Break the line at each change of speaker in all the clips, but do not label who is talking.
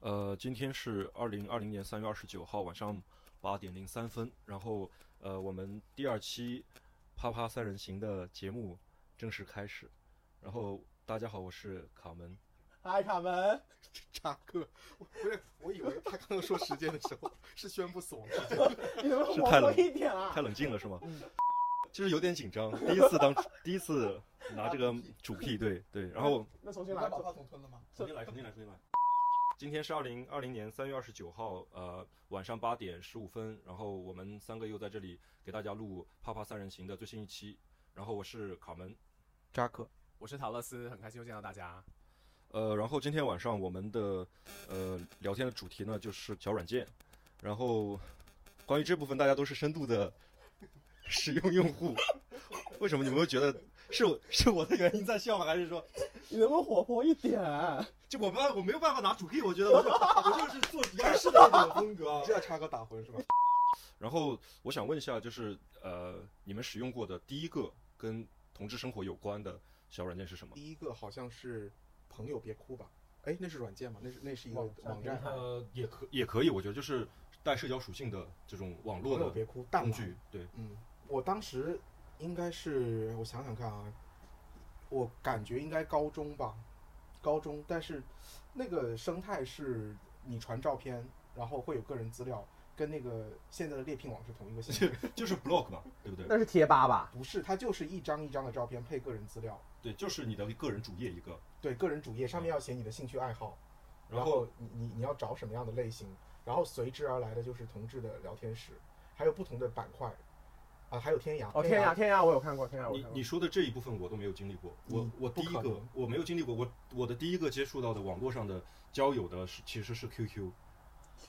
呃，今天是二零二零年三月二十九号晚上八点零三分，然后呃，我们第二期啪啪三人行的节目正式开始。然后大家好，我是卡门。
嗨，哎卡门，
扎克，我不是，我以为他刚刚说时间的时 候是宣布死亡时间，
你能不能
是
活
太
泼
冷
一点啊
太？冷静了是吗
嗯？
其实有点紧张，第一次当第一次拿这个主 P，对对。然后
哎那重
你
新来
把
过。
话筒吞了吗？
重新来，重新来，重新来。今天是二零二零年三月二十九号，呃，晚上八点十五分，然后我们三个又在这里给大家录《啪啪三人行》的最新一期。然后我是卡门，
扎克，
我是陶乐斯，很开心又见到大家。
呃，然后今天晚上我们的呃聊天的主题呢就是小软件，然后关于这部分大家都是深度的使用用户，为什么你们会觉得是我是我的原因在笑吗？还是说
你能不能活泼一点？
就我没办我没有办法拿主 P，我觉得我就我就是做央视的那种风格 啊
你。知道扎克打魂是吧？
然后我想问一下，就是呃，你们使用过的第一个跟同志生活有关的小软件是什么？
第一个好像是朋友别哭吧？哎，那是软件吗？那是那是一个
网站嗯
网站
平，台
呃，也可也可以，我觉得就是带社交属性的这种网
朋
络
友
的
别哭，大
工
佬
具。对，
嗯，我当时应该是我想想看啊，我感觉应该高中吧，高中，但是那个生态是你传照片，然后会有个人资料，跟那个现在的猎聘网是同一个系统。
就是 blog 嘛，对不对？
那是贴吧吧？
不是，它就是一张一张的照片配个人资料，
对，就是你的个人主页一个，
对，个人主
嗯
页上面要写你的兴趣爱好，
然
然
后
后你你你要找什么样的类型，然后随之而来的就是同志的聊天室，还有不同的板块，啊，还有天涯，
哦，天涯，天涯，我有看过，天涯我
你
看
你
过。
说的这一部分我都没有经历过，我
你
我
不
第一
可
个
能
我没有经历过，我我的第一个接触到的网络上的交友的是其实是 QQ，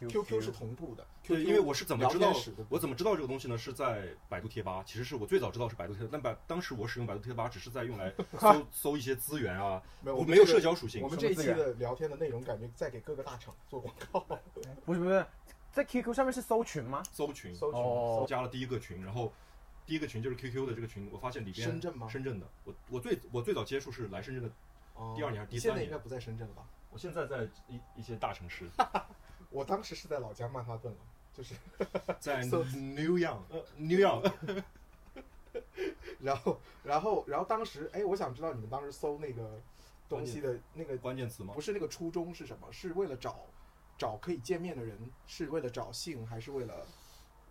QQ 是同步的，
对，
QQ
因为我是怎么知道
聊天室的
我怎么知道这个东西呢？是在百度贴吧，其实是我最早知道是百度贴吧，但百当时我使用百度贴吧只是在用 来搜搜一些资源啊，
没有
我
呃我
没有
这
社
个
交属性
我。们
什么
这一
资
期
源
的聊天的内容感觉在给各个大厂做广 告，
不是不是，在 QQ 上面是搜群吗？
搜群，
搜群，
哦
加了第一个群，然后第一个群就是 QQ 的这个群，我发现里边
深圳吗
深圳的，我我最我最早接触是来深圳的，
哦
第二年还是第
你
三
现在
年
应该不在深圳了吧？
我现在在一一些大城 市，
我当时是在老家曼哈顿了，就是
在
搜
New York，呃 New York，
然后，然后，然后当时，哎，我想知道你们当时搜那个东西的那个，
关键词吗
不？是那个初衷是什么？是为了找找可以见面的人，是为了找性，还是为了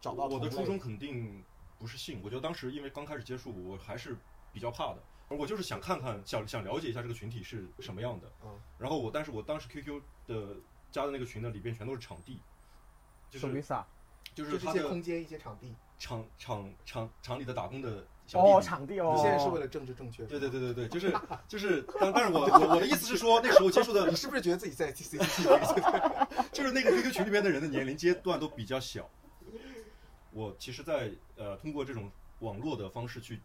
找到
我的
同
初
类
衷？肯定不是性，我觉得当时因为刚开始接触，我还是比较怕的，我就是想看看，想想了解一下这个群体是什么样的。
嗯
然后我，但是我当时 QQ 的加的那个群呢，里边全都是场地，就
属于
是
啥？
就
就是是
他
一些
的
空间，一些场地。
厂厂厂厂里的打工的小弟
哦，
弟。
场地哦。
你现在是为了政治正确？
对对
对。
对对对， 就是就是，但但是我我我的意思是说，那个时候接触的
你是不是觉得自 己在 C C T？
就是那个 QQ 群里面的人的年龄阶段都比较小。我其实在，呃通过这种网络的方式去，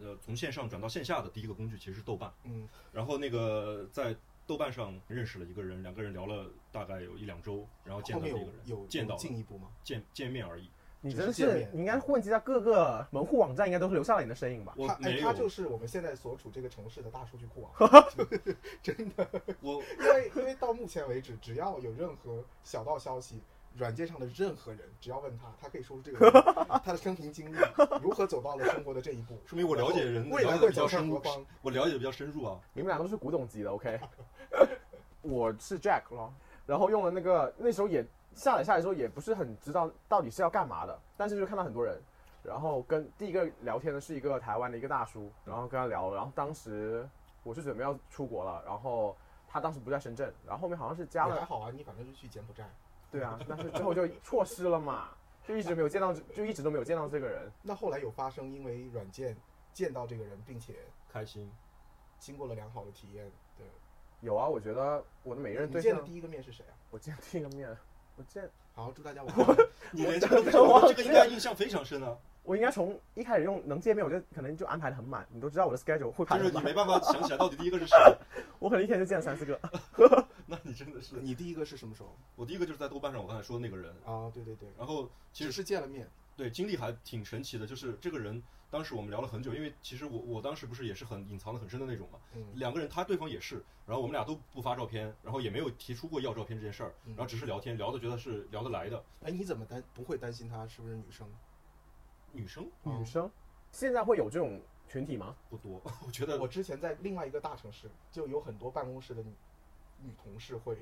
呃从线上转到线下的第一个工具其实是豆瓣。
嗯，
然后那个在豆瓣上认识了一个人，两个人聊了大概有一两周，然后见
嗯后
到
面
那个
有
人，
有
见到
有
了
进一步吗？
见见面而已。
你真是，你应该混迹在各个门户网站，应该都是留下了你的身影吧？
我
他哎，
没
他
有，
就是我们现在所处这个城市的大数据库啊， 真的。
我
因为因为到目前为止，只要有任何小道消息，软件上的任何人，只要问他，他可以说出这个 人他的生平经历，如何走到了生活的这一步。
说明我了解人
未
了
来
解的
会
比较
走
深
上何
入，
方？
我了解的比较深入啊。
你们俩都是古董级的，OK？我是 Jack 咯，然后用了那个，那时候也下载下来之后也不是很知道到底是要干嘛的，但是就看到很多人，然后跟第一个聊天的是一个台湾的一个大叔，然后跟他聊，然后当时我是准备要出国了，然后他当时不在深圳，然后后面好像是加
也还
了，
好啊，你反正就去柬埔寨。
对啊，但是之后就错失了嘛，就一直没有见到，就一直都没有见到这个人，
那后来有发生因为软件见到这个人，并且
开 心，
经过了良好的体验。对，
有啊，我觉得我的每个人
你
对
见的
象，
第一个面是谁啊？
我见第一个面，我见。
好，祝大 家晚安。
你连这个
我忘
这个应该印象非常深啊，
我应该从一开始用能见面，我就可能就安排的很满。你都知道我的 schedule 会排
就
得
是
很
你
满，
没办法想起来到底第一个是谁，
我可能一天就见了三四个。
那你真的是。
你第一个是什么时候？
我第一个就是在豆瓣上，我刚才说的那个人，
啊，对对对，
然后其
只
实
是见了面。
对，经历还挺神奇的。就是这个人，当时我们聊了很久，因为其实我我当时不是也是很隐藏的很深的那种嘛。
嗯
两个人，他对方也是，然后我们俩都不发照片，然后也没有提出过要照片这件事儿，
嗯
然后只是聊天，聊的觉得是聊得来的。
哎，你怎么担不会担心她是不是女生？
女生
女生现在会有这种群体吗？
不多， 我觉得
我之前在另外一个大城市，就有很多办公室的女女同事会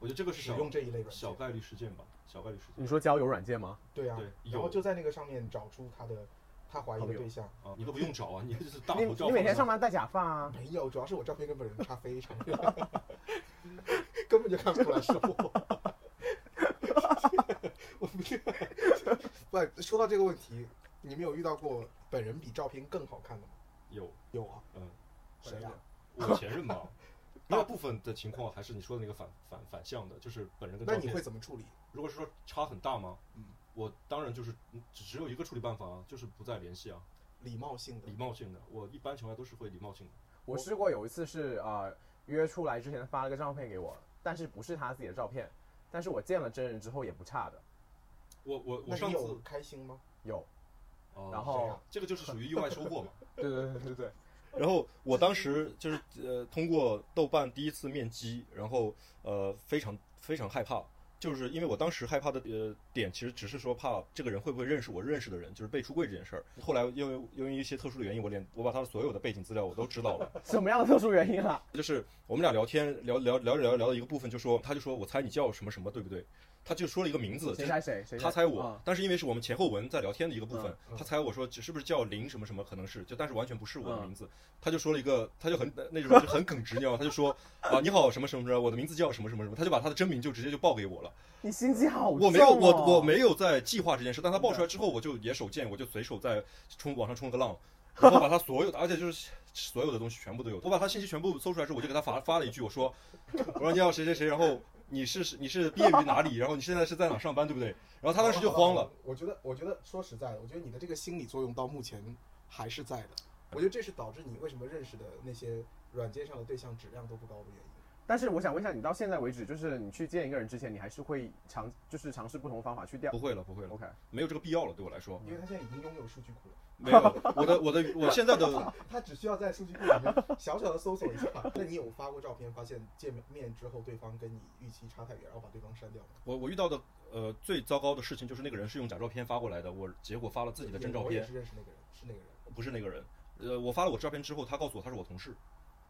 我觉得这个是
使
小
用这一类软
小
件。嗯
概率事件吧，小概率事件。
你说交友软件吗？
对啊
对，
然后
有
就在那个上面找出她的她怀疑
好
的
友
对象。
啊，你都不用找啊， 你就是大
你
头照
你每天
放
上班戴假发啊？
没有，主要是我照片跟本人差非常远， 根本就看不出来是我。 我不是，不说到这个问题，你们有遇到过本人比照片更好看的吗？
有，
有啊，
嗯，
谁啊呀、
我前任 吧，大部分的情况还是你说的那个反反反向的，就是本人跟照
那
片。
你会怎么处理？
如果是说差很大吗？
嗯，
我当然就是嗯只只有一个处理办法啊，就是不再联系啊，
礼貌性的
礼，貌性的。我一般情况下都是会礼貌性的。
我试过有一次是呃约出来之前发了个照片给我，但是不是他自己的照片，但是我见了真人之后也不差的，
我我我
那
上
你
次
有开心吗？
有。
哦
然后
这样这个就是属于意外收 获嘛。
对对对对对，
然后我当时就是呃，通过豆瓣第一次面基，然后呃，非常非常害怕，就是因为我当时害怕的呃点，其实只是说怕这个人会不会认识我认识的人，就是被出柜这件事儿。后来因为因为一些特殊的原因，我连我把他的所有的背景资料我都知道了。
什么样的特殊原因啊？
就是我们俩聊天聊聊聊着聊着聊到一个部分，就说他就说我猜你叫什么什么，对不对？他就说了一个名字，就
谁
是
猜谁？谁
他猜我
啊，
但是因为是我们前后文在聊天的一个部分
嗯，
嗯
他猜我说是不是叫林什么什么，可能是就，但是完全不是我
嗯
的名字，他就说了一个，他就很那种就很耿直，你知道吗？他就说啊你好什么什么什么，我的名字叫什么什么什么，他就把他的真名就直接就报给我了，
你心机好重、哦、
我没有我我没有在计划这件事，但他报出来之后，我就也手贱，我就随手在冲网上冲了个浪， 然后把他所有的，而且就是。所有的东西全部都有，我把他信息全部搜出来之后，我就给他发发了一句，我说，我说你好谁谁谁，然后你是你是毕业于哪里，然后你现在是在哪上班，对不对？然后他当时就慌了，。
我觉得，我觉得说实在的，我觉得你的这个心理作用到目前还是在的。我觉得这是导致你为什么认识的那些软件上的对象质量都不高的原因。
但是我想问一下，你到现在为止，就是你去见一个人之前，你还是会尝，就是尝试不同方法去钓
不会了，不会了，
？OK，
没有这个必要了，对我来 说，
因为他现在已经拥有数据库了，
没有。我的我的我现在的
他只需要在数据库里面小小的搜索一下。 那你有发过照片，发现见面之后对方跟你预期差太远，然后把对方删掉吗？
我我遇到的呃最糟糕的事情就是那个人是用假照片发过来的，我结果发了自己的真照
我也
片，
是认识那个人，是那个人。
不是那个人。呃，我发了我照片之后，他告诉我他是我同事，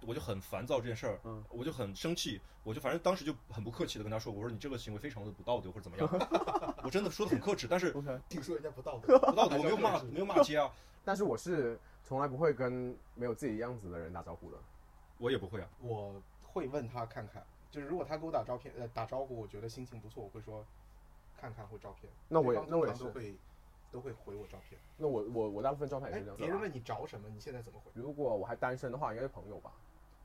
我就很烦躁这件事儿，
嗯
我就很生气，我就反正当时就很不客气的跟他说，我说你这个行为非常的不道德或者怎么样，我真的说的很克制，但是
OK，
听说人家不道 德，
不道德我没有骂没有骂街啊，
但是我是从来不会跟没有自己样子的人打招呼的。
我也不会啊，
我会问他看看，就是如果他给我打照片，呃，打招呼，我觉得心情不错，我会说看看或照片。
那我也
对方
那我也
通常
是
都会都会回我照片。
那我我我大部分状态也
哎
是这，样子
别人
的。
问你找什么，你现在怎么回？
如果我还单身的话，应该是朋友吧？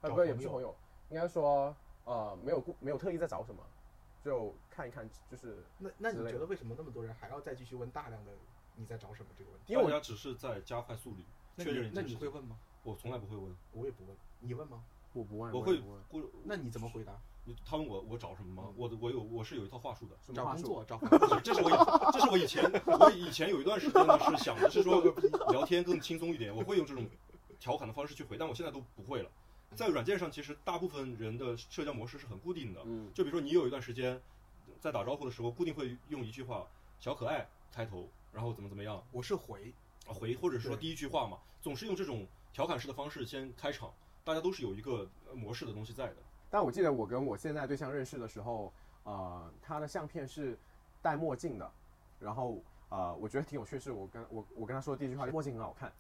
找
呃，不，
朋友
也不是朋友，应该说呃，没有顾没有特意在找什么，就看一看，就是
那那
之
你
类
觉
的
得为什么那么多人还要再继续问大量的你在找什么这个问题？
因为我
大家只是在加快速率
那
确认
你
一
那
件
你
事
会
情，
问吗？
我从来不会问，
我也不问，你问吗？
我不问，
我
也
会
不问
过
那你怎么回答？
你他问我我找什么吗
嗯？
我的我有我是有一套话术的，
什么
找
话
工
术。
作，找工
这
作。
是这是我以这是我以前我以前有一段时间呢是想的是说聊天更轻松一点，我会用这种调侃的方式去回，但我现在都不会了。在软件上，其实大部分人的社交模式是很固定的，
嗯，
就比如说你有一段时间在打招呼的时候，固定会用一句话“小可爱”开头，然后怎么怎么样
我是回，
回，或者说
对
第一句话嘛，总是用这种调侃式的方式先开场，大家都是有一个呃模式的东西在的。
但我记得我跟我现在对象认识的时候，呃，他的相片是戴墨镜的，然后呃，我觉得挺有趣，是我跟我我跟他说的第一句话，墨镜很好看，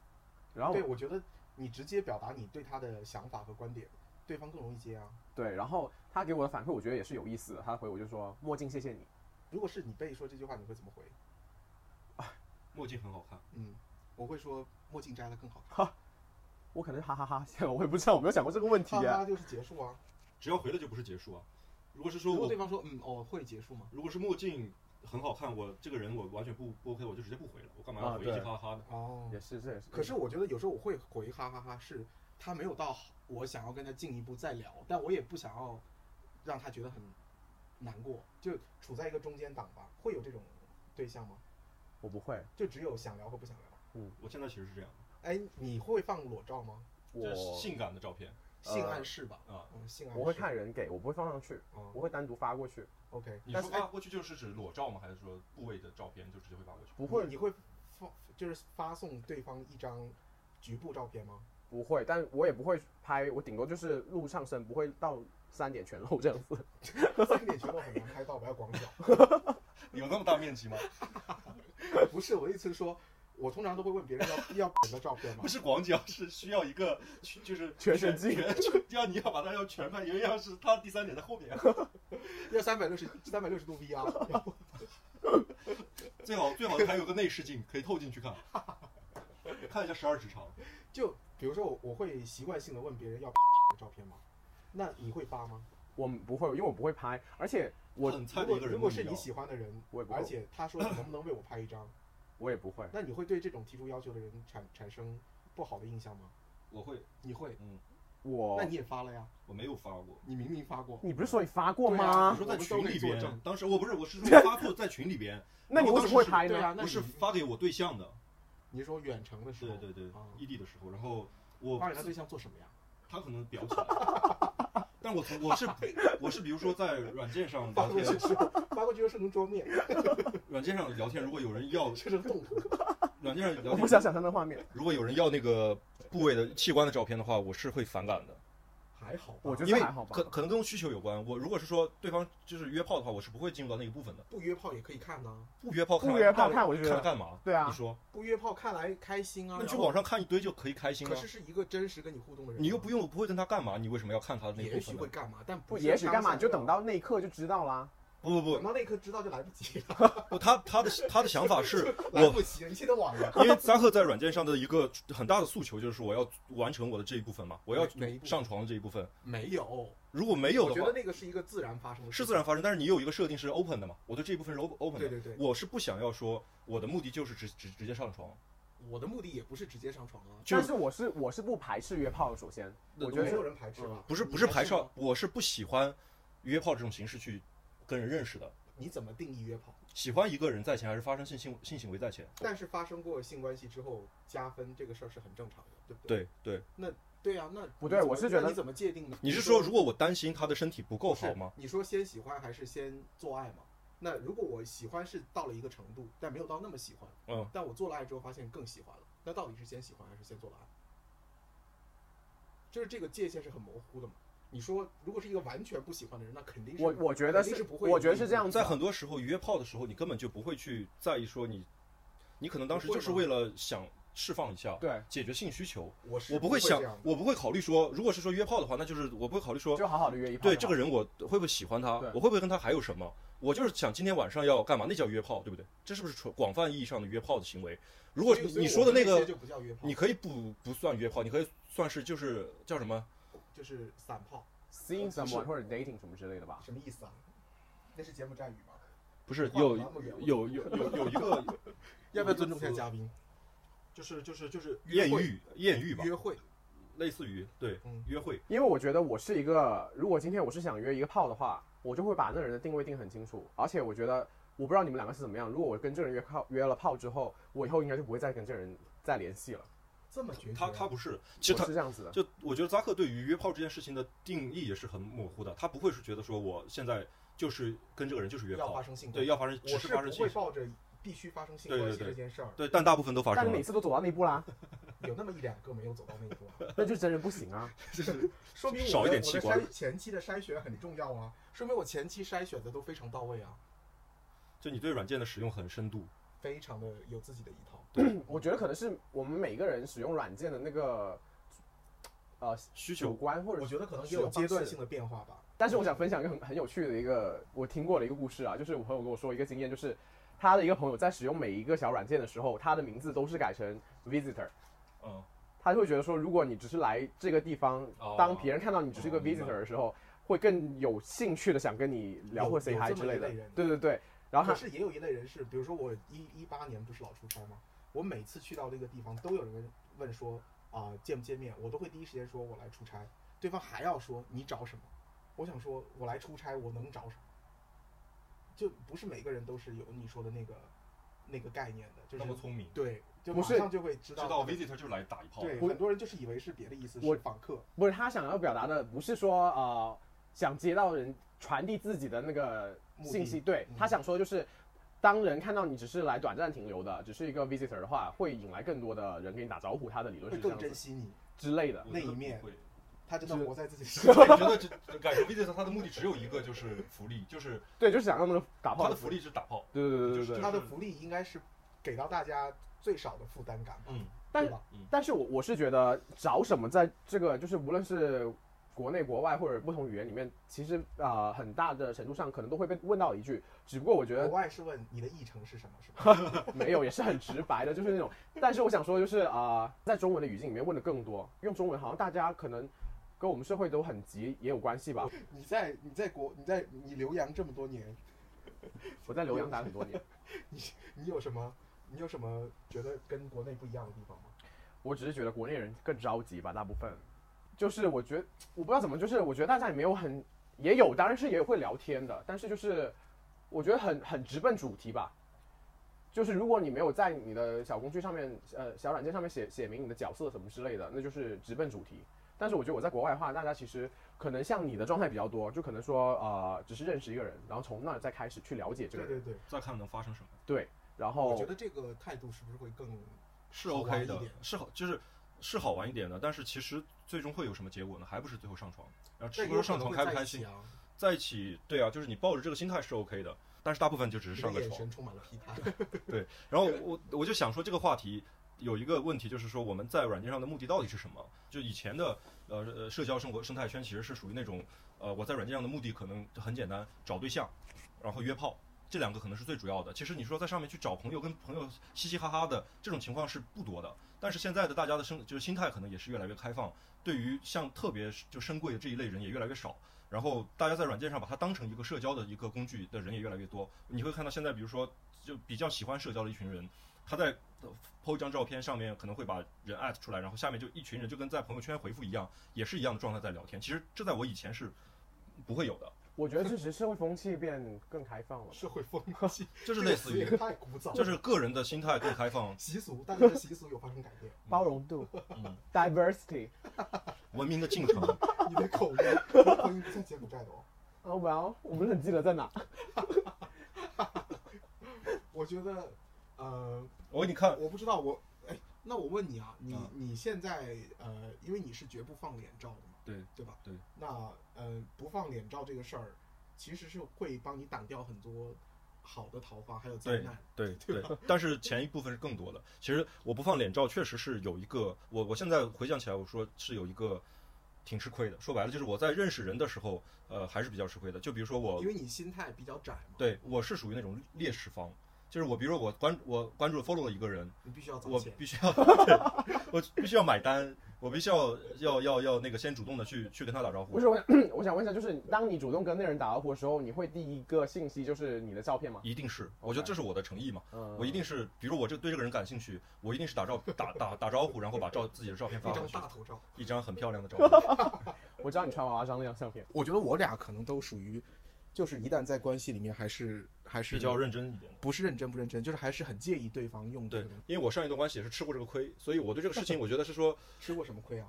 然后
对我觉得你直接表达你对他的想法和观点，对方更容易接啊。
对，然后他给我的反馈，我觉得也是有意思的，他回我就说墨镜谢谢你，
如果是你被说这句话，你会怎么回？
墨镜很好看，
嗯，我会说墨镜摘了更好看。
我可能是哈哈哈 我也不知道，我没有想过这个问题
哈
啊。
哈，就是结束啊。
只要回了就不是结束啊。如果是说
如
我
果对方说嗯哦会结束吗？
如果是墨镜很好看，我这个人我完全不不 OK，我就直接不回了，我干嘛要
啊
回一句
对
哈哈呢？
哦
也是，这也是。
可是我觉得有时候我会回哈哈哈，是他没有到我想要跟他进一步再聊，但我也不想要让他觉得很难过，就处在一个中间档吧。会有这种对象吗？
我不会，
就只有想聊和不想聊。
我现在其实是这样，
哎，你会放裸照吗？
我
就是性感的照片
呃
性暗示吧，
啊。
嗯，性暗示。
我会看人给，我不会放上去，
嗯。
我会单独发过去，
OK，哎
你
但
说啊
是
发过去就是指裸照吗？还是说部位的照片就直接会发过去？
不会
你会发就是发送对方一张局部照片吗？
不会，但我也不会拍，我顶多就是录上身，不会到三点全露这样子。
三点全露很难拍到，我要广角。
有那么大面积吗？
不是，我的意思是说，我通常都会问别人要要人的照片吗
不？是广角，是需要一个 就是
全身镜
全 全要你要把它要全拍，因为要是它第三点在后 面，
要三百六十三百六十度 VR，
最好最好还有个内视镜可以透进去 看，看一下十二指肠。
就比如说我我会习惯性的问别人要的照片吗？那你会发吗？
我不会，因为我不会拍，而且我
很菜的
如果
一个人
如
物
果
一
是
样，
你喜欢的人
我也，不会
而且他说能不能为我拍一张，
我也不会。
那你会对这种提出要求的人产产生不好的印象吗？
我会，
你会？
我
那你也发了呀，
我没有发过。
你明明发过。
你哦不是说你发过
对
吗
啊
我？说在群里
我们都可以作
边
证，
当时我不是，我是说 发过在群里边，
那你为什么会拍
对
呢？
啊，
不
那你
是发给我对象
哦
的。
你说远程的时
对
候，
对对
啊，
异地的时候，然后我
发给他对象做什么呀？
他可能裱起来， 但我从我是我是比如说在软件上
发
聊
过去
天，
之后，发过去又设成桌面，
软件上聊天，如果有人要
设成动图。
软件上聊
我不
天，
想想象那画面。
如果有人要那个部位的器官的照片的话，我是会反感的，
还好吧，
我觉得
因为
还好吧
可可能跟需求有关。我如果是说对方就是约炮的话，我是不会进入到那个部分的。
不约炮也可以看呢、
不约炮看
不约炮
干
看我就觉得
看干嘛？
对啊
你说，
不约炮看来开心啊。
那去
然后
网上看一堆就可以开心
可
了。
是是一个真实跟你互动的人啊，
你又不用不会跟他干嘛，你为什么要看他的那个
也
部
许
分
会
呢？
干嘛，但
不，
是
也许干嘛
当下
你就等到那一刻就知道啦。
不不
等
不
到那一刻知道就来不及了，
不，他他的他的想法 是
来
我
不及了，一切都晚了。
因为扎克在软件上的一个很大的诉求就是我要完成我的这一部分嘛，我要
哪一部分
上床的这一部分。
没有，
如果没有
我
的
觉得
话，
那个是一个自然发生的，
是自然。发生，但是你有一个设定是 open 的嘛，我对这一部分是 open open
对
的。
对对，
我是不想要说我的目的就是直直直接上床，
我的目的也不是直接上床啊，
就
但是我是我是不排斥约炮的，首先，
那
我
都
觉得
没
是
有人排斥吧？
不是
嗯你
不是
排
排
斥
斥
吗，
我是不喜欢约炮这种形式去跟人认识的。
你怎么定义约炮？
喜欢一个人在前还是发生性性性行为在前？
但是发生过性关系之后加分这个事儿是很正常的，对不对？
对对，
对啊，那
不对
你怎么
我是觉得
那你怎么界定呢？
你是说如果我担心他的身体不够好吗？？
你说先喜欢还是先做爱嘛？那如果我喜欢是到了一个程度，但没有到那么喜欢，
嗯，
但我做了爱之后发现更喜欢了，那到底是先喜欢还是先做了爱？就是这个界限是很模糊的嘛。你说如果是一个完全不喜欢的人，那肯定是
我我觉得
肯定是不会
我觉得是这样子
在
的，
很多时候约炮的时候，你根本就不会去在意说你，你可能当时就是为了想释放一下，
对，
解决性需求。
我是
我
不
不会想
这样，的
我不会考虑说，如果是说约炮的话，那就是我不会考虑说，
就好好的约一炮就好。
对这个人我会不会喜欢他
对，
我会不会跟他还有什么？我就是想今天晚上要干嘛，那叫约炮，对不对？这是不是纯广泛意义上的约炮的行为？如果
所以所以
你
我
说的那
些
个，
就不叫约炮，
你可以不不算约炮，你可以算是就是叫什么？
就是散炮，
seeing
是
someone 或者 dating 什么之类的吧。
什么意思啊？那是柬埔寨语吗？
不是
话
有
题那么远我
有有有有一个
要不要尊重一下嘉宾？
就是就是就是
约
艳
会
遇艳遇吧，
约会，
类似于对
嗯
约会。
因为我觉得我是一个，如果今天我是想约一个炮的话，我就会把那人的定位定很清楚。而且我觉得，我不知道你们两个是怎么样。如果我跟这个人约炮约了炮之后，我以后应该就不会再跟这个人再联系了。
这么决绝
他
啊？
他不是，其实
我
他
是这样子的，
就我觉得扎克对于约炮这件事情的定义也是很模糊的，他不会是觉得说我现在就是跟这个人就是约
要发
炮，
生性关系
对，要发生只
我
是
是
发生
不
性
会，抱着必须发生性
对对
关系
对
这件事儿，
对，但大部分都发
但
生
你
了
每。次都走到那一步啦，
有那么一两个没有走到那一步啊，
那就真的不行啊。
就是
说明我的
少一点
我
器
的
官
筛前期的筛选很重要啊，说明我前期筛选的都非常到位啊，
就你对软件的使用很深度，
非常的有自己的一套。
我觉得可能是我们每个人使用软件的那个呃
需
主
求
观或者
我觉得可能也有阶段性的变化吧。
但是我想分享一个很很有趣的一个我听过的一个故事啊，就是我朋友跟我说一个经验，就是他的一个朋友在使用每一个小软件的时候，他的名字都是改成 visitor，
嗯，
他就会觉得说，如果你只是来这个地方，
哦
当别人看到你只是一个
哦明白
visitor 的时候，会更有兴趣的想跟你聊
有
或 say
有
hi
这
之
么
类
一
的
类人。
对对对，然后
可
他
是也有一类人是，比如说我一一八年不是老出差吗？我每次去到那个地方，都有人问说啊、见不见面，我都会第一时间说我来出差，对方还要说你找什么，我想说我来出差，我能找什么？就不是每个人都是有你说的那个那个概念的，就
那么
是
聪明，
对，就
不
马
是
上就会
知
知道
道 visitor 就是来打一炮的，
对，
我
很多人就是以为是别的意思，
我
是访客。
不是他想要表达的，不是说呃想接到人传递自己的那个
目的
信息，对
嗯
他想说就是，当人看到你只是来短暂停留的，只是一个 visitor 的话，会引来更多的人给你打招呼，他的理论
会
是这
更
样
珍
子
惜你，
之类的。
我觉得
那一面
不 会
他真的
是
活在 自己世界。
我觉得这感觉 visitor 他的目的只有一个，就是福利，就是
对，就是想让他们打炮
他的福，利是打炮，
对对对对
就
对
是
对。
他的福利应该是给到大家最少的负担感吧，
嗯，
但
对吧？
但是我我是觉得找什么在这个就是无论是国内国外或者不同语言里面，其实呃很大的程度上可能都会被问到一句，只不过我觉
国
得
外是问你的议程是什么，是 吧？
没有，也是很直白的，就是那种。但是我想说，就是啊、呃在中文的语境里面问的更多，用中文好像大家可能跟我们社会都很急也有关系吧。
你在你在国你在你留洋这么多年，
我在浏阳待很多年，
你有什么你有什么觉得跟国内不一样的地方吗？
我只是觉得国内人更着急吧，大部分。就是我觉得我不知道怎么，就是我觉得大家也没有很，也有当然是也有会聊天的，但是就是我觉得很很直奔主题吧。就是如果你没有在你的小工具上面，呃，小软件上面写写明你的角色什么之类的，那就是直奔主题。但是我觉得我在国外的话，大家其实可能像你的状态比较多，就可能说呃，只是认识一个人，然后从那儿再开始去了解这个
对
人，
对对，
再看能发生什么，
然
我
后
觉得这个态度是不是会更
哦是
好
OK
玩一
的
点，
是好就是是好玩一点的，但是其实最终会有什么结果呢？还不是最后上床，然后只
这
不过上床开不开心，
啊？
在一起，对啊，就是你抱着这个心态是 OK 的，但是大部分就只
你
是
的
上个
眼
床。
神充满了批判。
然后我我就想说这个话题有一个问题，就是说我们在软件上的目的到底是什么？就以前的呃呃社交生活生态圈其实是属于那种呃我在软件上的目的可能很简单，找对象，然后约炮。这两个可能是最主要的。其实你说在上面去找朋友，跟朋友嘻嘻哈哈的这种情况是不多的。但是现在的大家的生就是心态可能也是越来越开放，对于像特别就深贵的这一类人也越来越少。然后大家在软件上把它当成一个社交的一个工具的人也越来越多。你会看到现在，比如说就比较喜欢社交的一群人，他在呃 po 一张照片上面可能会把人艾特出来，然后下面就一群人就跟在朋友圈回复一样，也是一样的状态在聊天。其实这在我以前是不会有的，
我觉得这只是社会风气变更开放了吧。
社会风气，
就是
这
类
个
似
词 也
于
太古早了，，
就是个人的心态更开放
习俗，大家的习俗有发生改变。
包容 度、
嗯，
diversity。
文明的进程。
你 的口音， 你的口音不像柬埔寨的哦。
哦，哇哦，我们很记得在哪。
我觉得，呃，
我给你看，
我不知道我，哎，那我问你啊，你、
嗯
你现在呃，因为你是绝不放脸照的嘛，
对
对吧？
对。
那呃，不放脸照这个事儿，其实是会帮你挡掉很多好的桃花，还有灾
对
难。
对对，但是前一部分是更多的。其实我不放脸照，确实是有一个，我我现在回想起来，我说是有一个挺吃亏的。说白了，就是我在认识人的时候，呃，还是比较吃亏的。就比如说我
因为你心态比较窄嘛，
对，我是属于那种劣势方，就是我，比如说我关我关注 follow 了一个人，
你必须要
我
早起。
必须要， 我必须要买单，我必须要要要要那个先主动的去去跟他打招
不
呼，
是我想，我想问一 下，就是当你主动跟那人打招呼的时候，你会第一个信息就是你的照片吗？
一定是，我觉得这是我的诚意嘛，
嗯，
我一定是，比如我这对这个人感兴趣，我一定是打照打打打招呼，然后把照自己的照片
一
发
张
过去，
大头照，
一张很漂亮的照片，
我知道你穿娃娃装那张相片。
我觉得我俩可能都属于，就是一旦在关系里面，还是还是
比较认真一点的。
不是认真不认真，就是还是很介意对方用这
对
个东西。，
因为我上一段关系也是吃过这个亏，所以我对这个 事情，我觉得是说，
吃过什么亏啊？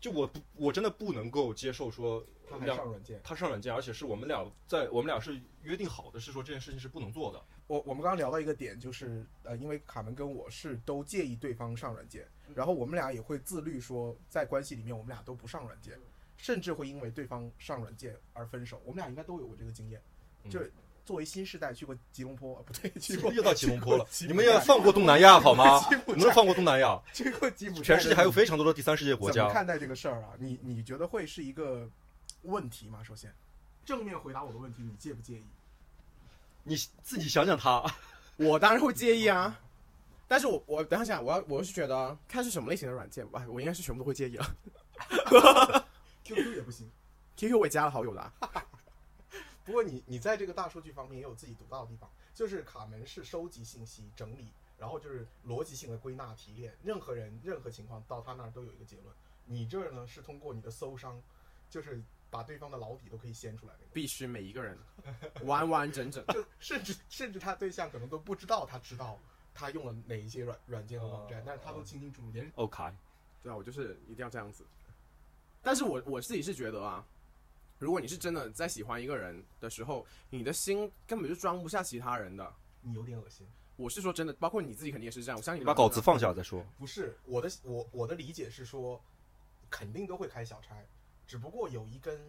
就我不我真的不能够接受说
他还
两
上软件。
他上软件，而且是我们俩在我们俩是约定好的，是说这件事情是不能做的。
我我们刚刚聊到一个点，就是呃，因为卡门跟我是都介意对方上软件，然后我们俩也会自律说，在关系里面我们俩都不上软件，甚至会因为对方上软件而分手。我们俩应该都有过这个经验，
嗯
就是作为新时代去过吉隆坡，啊 不对，去过
又到吉隆坡 了，
去
你
过
们要放过东南亚好 吗？
吉
你
普
们
寨，
放过东南亚，
去过吉普寨，
全世界还有非常多的第三世界国
怎么
家。
看待这个事儿啊？你你觉得会是一个问题吗？首先，正面回答我的问题，你介不介意？
你自己想想他，
我当然会介意啊，但是我我等一下想，我要我是觉得看是什么类型的软件吧，哎我应该是全部都会介意了。
QQ 也不行。
QQ 我也加了好友的啊，
不过你你在这个大数据方面也有自己独到的地方，就是卡门是收集信息、整理，然后就是逻辑性的归纳提炼，任何人任何情况到他那儿都有一个结论。你这儿呢是通过你的搜商，就是把对方的老底都可以掀出来那
必须每一个人
完完整整。
种，就甚至甚至他对象可能都不知道他知道他用了哪一些软软件和网站
哦，
但是他都清清楚楚，连
哦卡，
对啊，我就是一定要这样子。但是我我自己是觉得啊，如果你是真的在喜欢一个人的时候，你的心根本就装不下其他人的。
你有点恶心。
我是说真的，包括你自己肯定也是这样。我相信
你
你
把
们都
稿
是
子放下再说。
不是我的，我我的理解是说，肯定都会开小差，只不过有一根，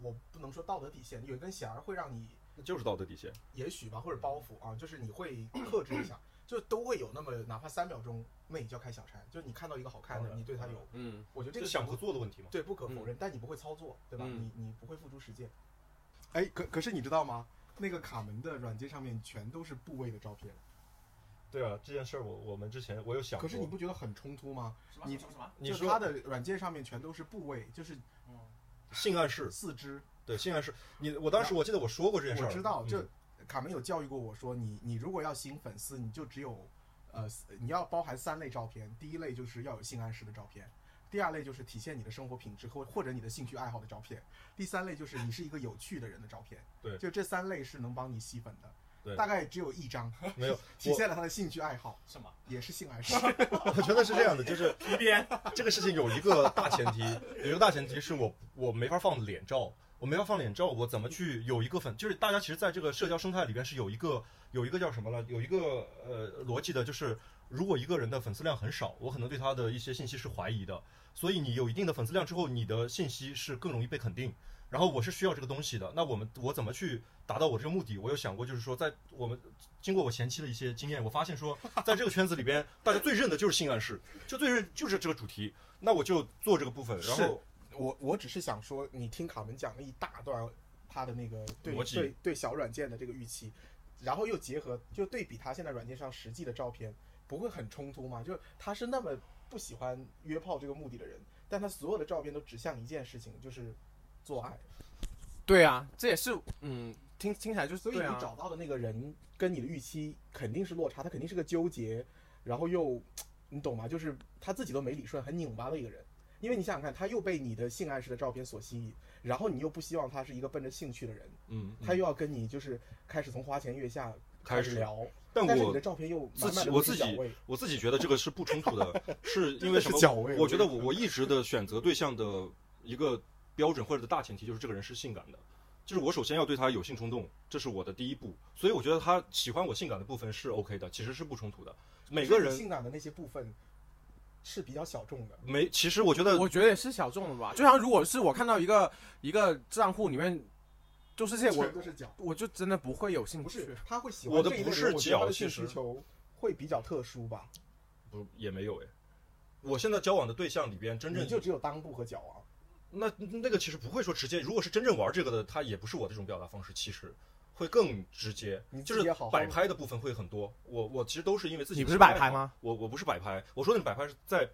我不能说道德底线，有一根弦儿会让你，
那就是道德底线。
也许吧，或者包袱啊，就是你会克制一下，就都会有那么哪怕三秒钟，那你就要开小差，就是你看到一个好看
当
的，
然
你对它
当
有
然，
嗯，
我觉得这
这
个
是
小
想合作的问题嘛？
对，不可否认，但你不会操作，对吧？
嗯
你你不会付诸实践。哎，可可是你知道吗？那个卡门的软件上面全都是部位的照片，
对啊，这件事儿我我们之前我有想
可是你不觉得很冲突吗？你
什么？
你
就
说
它的软件上面全都是部位，就是
性暗示，
四肢。
对性暗示，你我当时我记得我说过这件事儿，
我知道，
嗯
就卡门有教育过我说，你你如果要吸引粉丝，你就只有呃，你要包含三类照片，第一类就是要有性暗示的照片。第二类就是体现你的生活品质或或者你的兴趣爱好的照片，第三类就是你是一个有趣的人的照片。
对
就这三类是能帮你吸粉的。
对
大概只有一张
没有
体现了他的兴趣爱好，
什么？
也 是性暗示。
我觉得是这样的，就是
皮鞭？
这个事情有一个大前提，有一个大前提是我我没法放脸照，我没法放脸照，我怎么去有一个粉？就是大家其实在这个社交生态里边是有一个有一个叫什么了，有一个呃逻辑的，就是如果一个人的粉丝量很少，我可能对他的一些信息是怀疑的，所以你有一定的粉丝量之后，你的信息是更容易被肯定。然后我是需要这个东西的，那我们我怎么去达到我这个目的？我有想过，就是说，在我们经过我前期的一些经验，我发现说，在这个圈子里边，大家最认的就是性暗示，就最认就是这个主题，那我就做这个部分，然后
我我只是想说，你听卡门讲了一大段他的那个对
逻辑
对对小软件的这个预期，然后又结合就对比他现在软件上实际的照片，不会很冲突吗？就是他是那么不喜欢约炮这个目的的人，但他所有的照片都指向一件事情，就是做爱。
对啊，这也是嗯，听听起来就是
所以
对
你
啊，
找到的那个人跟你的预期肯定是落差，他肯定是个纠结，然后又嗯你懂吗？就是他自己都没理顺，很拧巴的一个人。因为你想想看，他又被你的性暗示的照片所吸引，然后你又不希望他是一个奔着兴趣的人，
嗯，嗯
他又要跟你就是开始从花前月下
开
始
始。
聊，
但
但是你
我
的照片又
自
满满
己
的
我
都是
自
脚
己
位
我自己觉得这个是不冲突的， 是因为什
真的
么
是？脚位，
我觉得我我一直的选择对象的一个标准或者大前提就是这个人是性感的，就是我首先要对他有性冲动，这是我的第一步，所以我觉得他喜欢我性感的部分是 OK 的，其实是不冲突的。每个人
性感的那些部分是比较小众的，
没，其实我觉得
我觉得也是小众的吧。就像如果是我看到一个一个账户里面就是这些， 我
全都是脚。
我就真的不会有兴
不是
趣。，
他会喜欢
我的
这一类
不
人
是
我觉得他
脚
的
其
性
实
需求会比较特殊吧？
不也没有哎。我现在交往的对象里边，真正
你就只有裆部和脚啊。
那那个其实不会说直接，如果是真正玩这个的，他也不是我这种表达方式，其实会更直接
你，自
就
己
是
也好好
摆拍的部分会很多。我我其实都是因为自己
你不是
兴趣
摆
爱
拍
好？
吗？
我我不是摆拍，我说的摆拍是在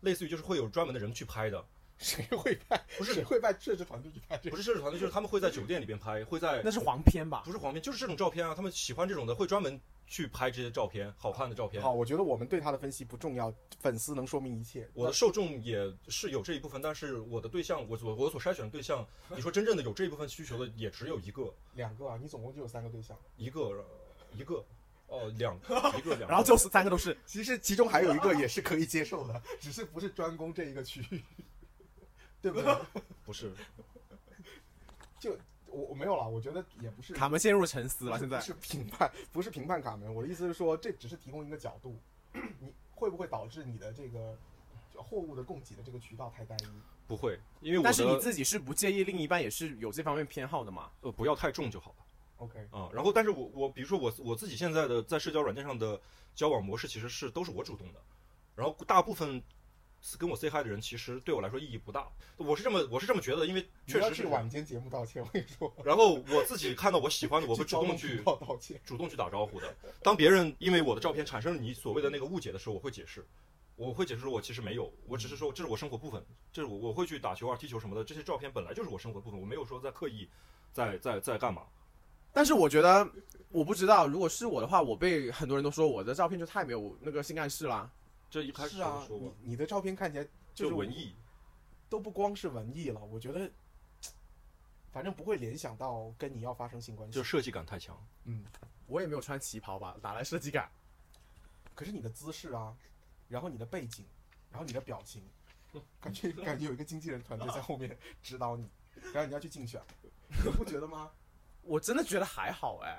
类似于就是会有专门的人去拍的，
谁会拍？
不
谁
是
会拍摄制团队去拍这个？
不是摄制团队，就是他们会在酒店里边拍，会在
那是黄片吧？
不是黄片，就是这种照片啊，他们喜欢这种的，会专门去拍这些照片，好看的照片。
好，我觉得我们对他的分析不重要，粉丝能说明一切。
我的受众也是有这一部分，但是我的对象，我所我所筛选的对象，你说真正的有这一部分需求的也只有一个，
那两个啊，你总共就有三个对象，
一个呃一个，哦，两一个两个，
然后就三个都是，
其实其中还有一个也是可以接受的，只是不是专攻这一个区域， 对不对？
不是
我我没有了，我觉得也不是
卡门陷入沉思了。现
不
在
是评判，不是评判卡门。我的意思是说，这只是提供一个角度， 你会不会导致你的这个货物的供给的这个渠道太单一？
不会，因为我
但是你
的
自己是不介意另一半也是有这方面偏好的嘛？
呃不要太重就好了
OK，
啊、然后，但是我我比如说我我自己现在的在社交软件上的交往模式其实是都是我主动的，然后大部分跟我 say hi 的人其实对我来说意义不大，我是这么我是这么觉得，因为
你
确
要
实是
去。晚间节目道歉，我跟你说，
然后我自己看到我喜欢的，我会
去
主
交
动
通
去
频道道歉。
主动去打招呼的。当别人因为我的照片产生了你所谓的那个误解的时候，我会解释，我会解释说我其实没有，我只是说这是我生活部分，这是我我会去打球啊、踢球什么的，这些照片本来就是我生活部分，我没有说在刻意在在在干嘛。
但是我觉得，我不知道，如果是我的话，我被很多人都说我的照片就太没有那个性暗示啦。
这一开始
是
就
啊，
说
你
过，
你的照片看起来就是
就文
我
艺，
都不光是文艺了，我觉得，反正不会联想到跟你要发生性关系。
就设计感太强。
我也没有穿旗袍吧，哪来设计感？
可是你的姿势啊，然后你的背景，然后你的表情，感觉感觉有一个经纪人团队在后 面指导你，然后你要去竞选， 你不觉得吗？
我真的觉得还好哎，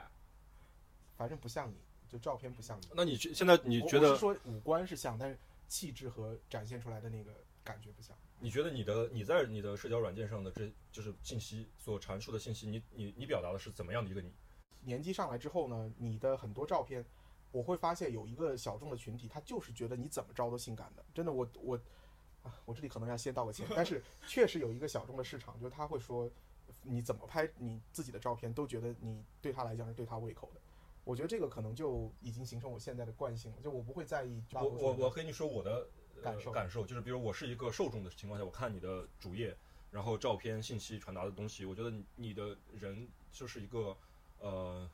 反正不像你，就照片不像你。
那你觉现在你
我
觉
我
得
是说五官是像，但是气质和展现出来的那个感觉不像。
你觉得你的你在你的社交软件上的这就是信息所阐述的信息，你你你表达的是怎么样的一个你？
年纪上来之后呢，你的很多照片，我会发现有一个小众的群体，他就是觉得你怎么着都性感的。真的，我我啊，我这里可能要先道个歉，但是确实有一个小众的市场，就是他会说你怎么拍你自己的照片，都觉得你对他来讲是对他胃口的。我觉得这个可能就已经形成我现在的惯性了，就我不会在意大
我
多数
我
人的
我跟你说我的、呃
感受
感受就是，比如我是一个受众的情况下，我看你的主页，然后照片、信息传达的东西，我觉得你你的人就是一个呃，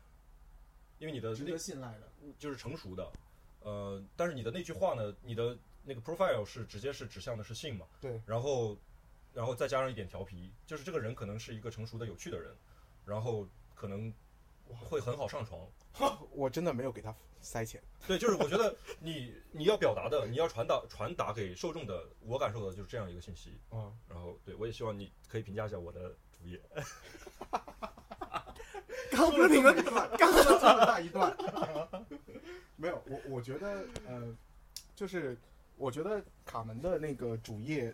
因为你的
值
那
得信赖的。
就是成熟的，呃，但是你的那句话呢，你的那个 profile 是直接是指向的是性嘛，
对，
然后然后再加上一点调皮，就是这个人可能是一个成熟的、有趣的人，然后可能会很好上床。
我真的没有给他塞钱。
对，就是我觉得你你要表达的，你要传达传达给受众的，我感受的就是这样一个信息。
嗯，
然后，对我也希望你可以评价一下我的主页。
刚不是评论，
刚刚这么大一段， 没有，我我觉得呃，就是我觉得卡门的那个主页，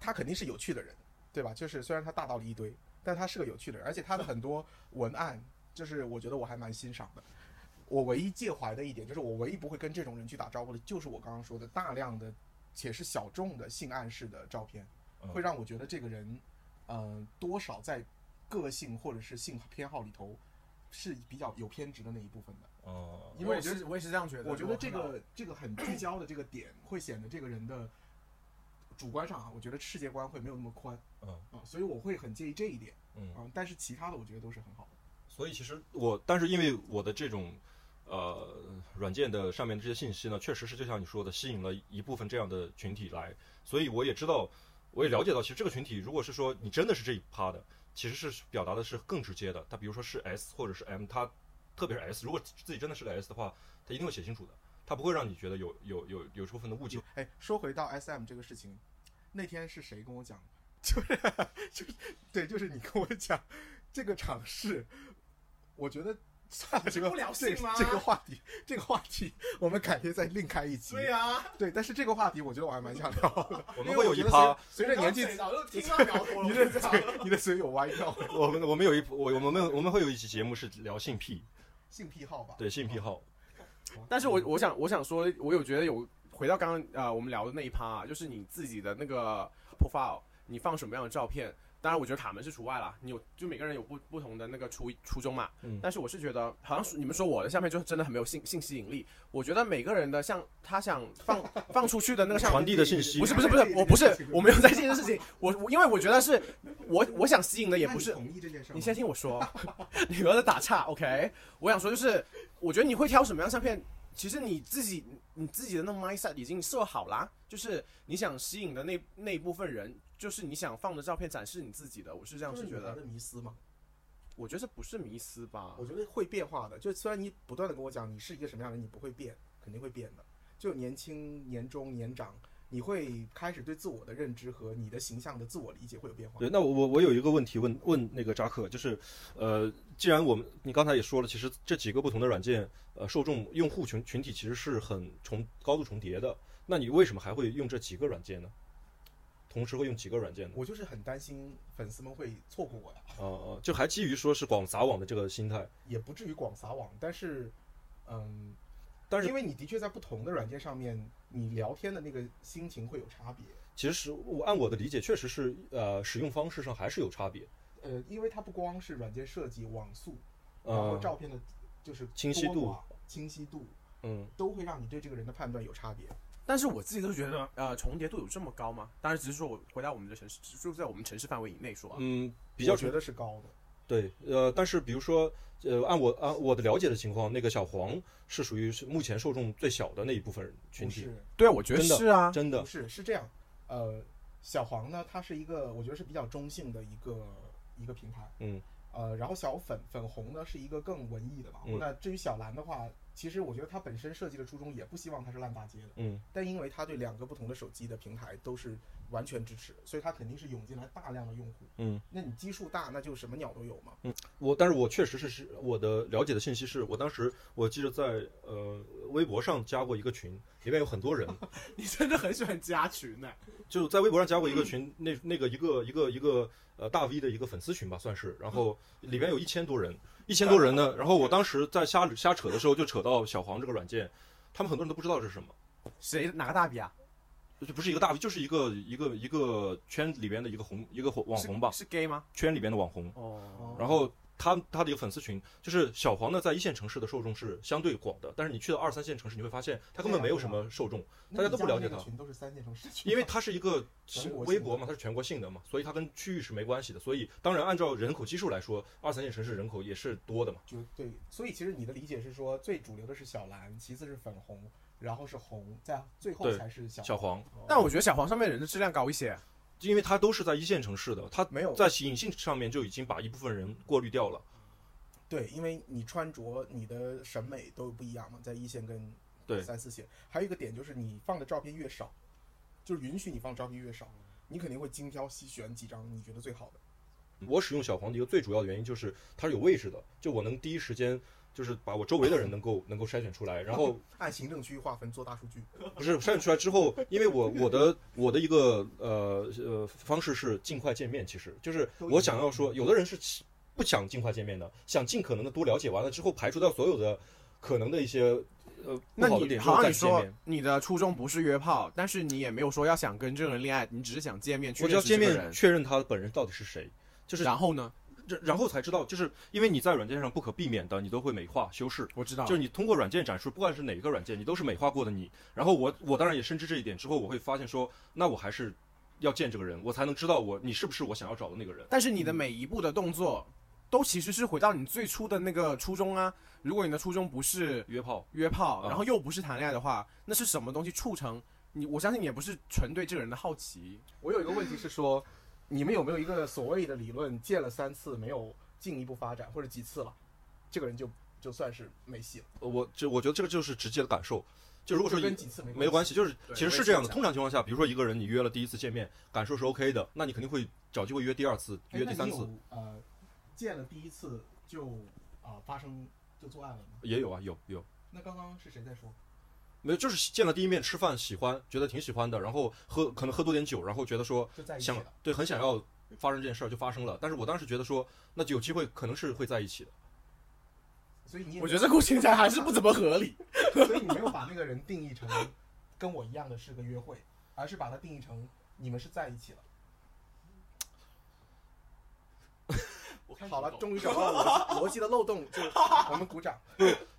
他肯定是有趣的人，对吧？就是虽然他大道理一堆，但他是个有趣的人，而且他的很多文案，就是我觉得我还蛮欣赏的。我唯一介怀的一点，就是我唯一不会跟这种人去打招呼的，就是我刚刚说的大量的且是小众的性暗示的照片，
嗯
会让我觉得这个人，呃，多少在个性或者是性偏好里头是比较有偏执的那一部分的。
哦、
因
因
为
为
我
我
是
是我也是这样觉得。
我觉得这
看到
个这个很聚焦的这个点，会显得这个人的主观上啊，我觉得世界观会没有那么宽
嗯
啊、所以我会很介意这一点
嗯
啊、，但是其他的我觉得都是很好的。
所以其实我，但是因为我的这种呃软件的上面的这些信息呢，确实是就像你说的，吸引了一部分这样的群体来，所以我也知道，我也了解到，其实这个群体如果是说你真的是这一趴的，其实是表达的是更直接的。他比如说是 S 或者是 M，他特别是 S，如果自己真的是个 S 的话，他一定会写清楚的，他不会让你觉得有有有有这部分的误解。
哎，说回到 S M 这个事情，那天是谁跟我讲？ 就是就是对，就是你跟我讲这个尝试，我觉得算了，这个
不聊
这
性吗
这个话题，这个话题我们改天再另开一集。
对啊呀，
对，但是这个话题我觉得我还蛮想聊的。
我
我
们会有一
觉得
趴，
随随着年纪，
早就 听到苗头了。
你
我
的
跟你讲
嘴，你的嘴有歪掉，
我们我们有一我我们我们会有一期节目是聊性癖，
性癖好吧？
对性癖好，
但是我我想我想说，我有觉得有回到刚刚呃我们聊的那一趴、啊，就是你自己的那个 profile，你放什么样的照片？当然，我觉得卡门是除外啦。你有就每个人有不不同的那个初初衷嘛。
嗯
但是我是觉得，好像是你们说我的下面就真的很没有性性吸引力。我觉得每个人的像他想放 放出去的那个像
传递的信息
不是不是不是，我不是我没有在这件事情，我我因为我觉得是我我想吸引的也
那
不
你
是
同意这件事吗？
你先听我说， 你不要再打岔，OK？我想说就是，我觉得你会挑什么样相片，其实你自己你自己的那个 mindset 已经设好啦，就是你想吸引的那那一部分人，就是你想放的照片展示你自己的，我是这样
就是是
觉
女孩
得，
的迷思嘛？
我觉得这不是迷思吧
我？觉得会变化的。就虽然你不断的跟我讲你是一个什么样的人，你不会变，肯定会变的。就年轻、年中、年长，你会开始对自我的认知和你的形象的自我理解会有变化。
对，那我我我有一个问题问问那个扎克，就是，呃，既然我们你刚才也说了，其实这几个不同的软件，呃，受众用户群群体其实是很重高度重叠的，那你为什么还会用这几个软件呢？同时会用几个软件呢？
我就是很担心粉丝们会错过我呀，
呃呃，就还基于说是广撒网的这个心态，
也不至于广撒网，但是，嗯，
但是
因为你的确在不同的软件上面，你聊天的那个心情会有差别。
其实是我按我的理解，确实是呃使用方式上还是有差别，
呃，因为它不光是软件设计、网速，然后
呃，
照片的，就是
清晰
多
度
寡、清晰度
嗯，
都会让你对这个人的判断有差别。
但是我自己都觉得，呃，重叠度有这么高吗？当然，只是说我回到我们的城市，就在我们城市范围以内说啊。
嗯，比较
我觉得是高的。
对，呃，但是比如说，呃，按我按我的了解的情况，那个小黄是属于是目前受众最小的那一部分群
不
体，
是
对，我觉得
真的
是啊，
真的
不，是是这样，呃，小黄呢，它是一个我觉得是比较中性的一个一个平台，
嗯，
呃，然后小粉粉红呢是一个更文艺的嘛。
嗯
那至于小蓝的话，其实我觉得它本身设计的初衷也不希望它是烂大街的，
嗯
但因为它对两个不同的手机的平台都是完全支持，所以它肯定是涌进来大量的用户。
嗯，
那你基数大，那就什么鸟都有嘛。
我但是我确实是是我的了解的信息是我当时我记得在呃微博上加过一个群，里面有很多人，
你真的很喜欢加群呢、
就在微博上加过一个群，那那个一个一个一个呃大 V 的一个粉丝群吧，算是，然后里边有一千多人，一千多人呢，然后我当时在瞎瞎扯的时候就扯到小黄这个软件，他们很多人都不知道这是什么。
谁哪个大 V 啊？
就不是一个大 V，就是一个一个一个圈里边的一个红一个网红吧，
是 gay 吗？
圈里边的网红。
哦，
然后他他的一个粉丝群，就是小黄呢，在一线城市的受众是相对广的，但是你去到二三线城市，你会发现他根本没有什么受众，大
那
家
你
都不
加的
了解
那个
它
群都是三线城市群，
因为它是一个
全国性的
微博嘛，它是全国性的嘛，所以它跟区域是没关系的。所以当然按照人口基数来说，二三线城市人口也是多的嘛。
就对，所以其实你的理解是说，最主流的是小蓝，其次是粉红，然后是红，在最后
对
才是小
小黄，
但我觉得小黄上面人的质量高一些。
因为它都是在一线城市的，它
没有
在隐性上面就已经把一部分人过滤掉了。
对，因为你穿着、你的审美都不一样嘛，在一线跟
对
三四线，还有一个点就是你放的照片越少，就是允许你放照片越少，你肯定会精挑细选几张你觉得最好的。
我使用小黄的一个最主要的原因就是它是有位置的，就我能第一时间就是把我周围的人能够能够筛选出来，然 后
按行政区划分做大数据，
不是筛选出来之后，因为我我的我的一个呃呃方式是尽快见面，其实就是我想要说，有的人是不想尽快见面的，想尽可能的多了解完了之后，排除掉所有的可能的一些呃不
那
好的
你
点之
好像
后再
你
去见
说
面。
你的初衷不是约炮，但是你也没有说要想跟这个人恋爱，你只是想见面，去
我只要
认识这
见
个
面
人。
确认他本人到底是谁，就是
然后呢？
这然后才知道，就是因为你在软件上不可避免的，你都会美化修饰。
我知
啊
道，
就是你通过软件展示，不管是哪一个软件，你都是美化过的你。然后我我当然也深知这一点之后，我会发现说，那我还是要见这个人，我才能知道我你是不是我想要找的那个人。
但是你的每一步的动作，都其实是回到你最初的那个初衷啊。如果你的初衷不是
约炮，
约炮，
啊
然后又不是谈恋爱的话，那是什么东西促成你？我相信你也不是纯对这个人的好奇。
我有一个问题是说，你们有没有一个所谓的理论，见了三次没有进一步发展，或者几次了，这个人就就算是没戏了，
呃我这我觉得这个就是直接的感受。就如果说
就
你
跟几次
没
没
关
系。
系，就是
对
其实
我
是
也
这样
是这
的。
样
通常情况下，比如说一个人你约了第一次见面，感受是 OK 的，那你肯定会找机会约第二次、
哎
约第三，
那
次。
你有呃，见了第一次就啊、发生就做爱了吗？
也有啊，有有。
那刚刚是谁在说？
没有，就是见了第一面吃饭喜欢，觉得挺喜欢的，然后喝可能喝多点酒，然后觉得说
就在一起
想
了。
对很想要发生这件事儿就发生了，但是我当时觉得说，那就有机会可能是会在一起的，
所以你也
我觉得这故事听起来还是不怎么合理。
所以你没有把那个人定义成跟我一样的是个约会，而是把它定义成你们是在一 起了。好了，终于找到我的逻辑的漏洞， 就我们鼓掌。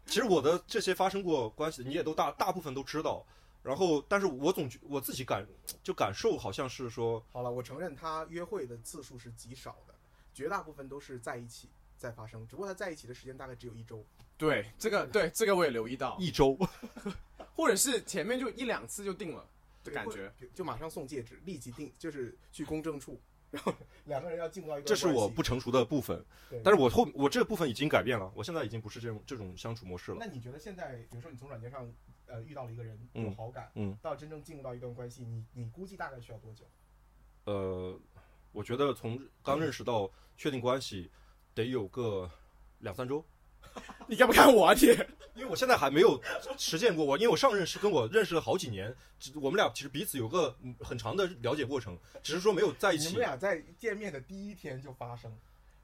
其实我的
嗯
这些发生过关系，你也都大大部分都知道，然后但是我总觉我自己感就感受好像是说，
好了，我承认他约会的次数是极少的，绝大部分都是在一起在发生，只不过他在一起的时间大概只有一周。
对这个，对这个我也留意
啊
到，
一周
或者是前面就一两次就定了的感觉。
就马上送戒指，立即定，就是去公证处，然后 两个人要进入到一个
这是
关
我
系
不，成熟的部分，
对
但是我后我这部分已经改变了，我现在已经不是这种这种相处模式了。
那你觉得现在，比如说你从软件上呃遇到了一个人
嗯
有好感，
嗯
到真正进入到一段关系，你你估计大概需要多久？
呃，我觉得从刚认识到确定关系得有个两三周。
你干嘛看我啊你？
因为我现在还没有实践过我，因为我上任是跟我认识了好几年，只我们俩其实彼此有个嗯很长的了解过程，只是说没有在一
你
起
们。俩在见面的第一天就发生，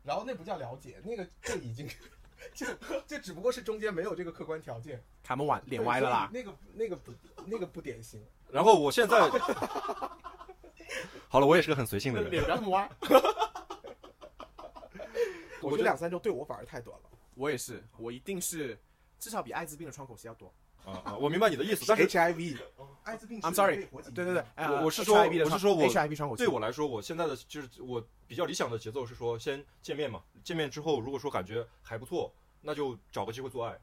然后那不叫了解，那个就已经 就就只不过是中间没有这个客观条件，
卡门碗脸歪了啦。
对，所以那个那个不那个不 典型。
然后我现 在，好了，我也是个很随 性的人。
不要这么歪。
觉
我觉
得
得两三周对我反而太短了。
我也是，我一定是，至少比艾滋病的窗口期要多。
啊啊，我明白你的意思，但是
HIV，艾滋病
I'm
是
sorry，
可以活几
对对对
年的，
哎
我
呃
我是说
HIV 的窗
我是说我
HIV 窗口期
对我来说，我现在的就是我比较理想的节奏是说，先见面嘛，见面之后如果说感觉还不错，那就找个机会做爱，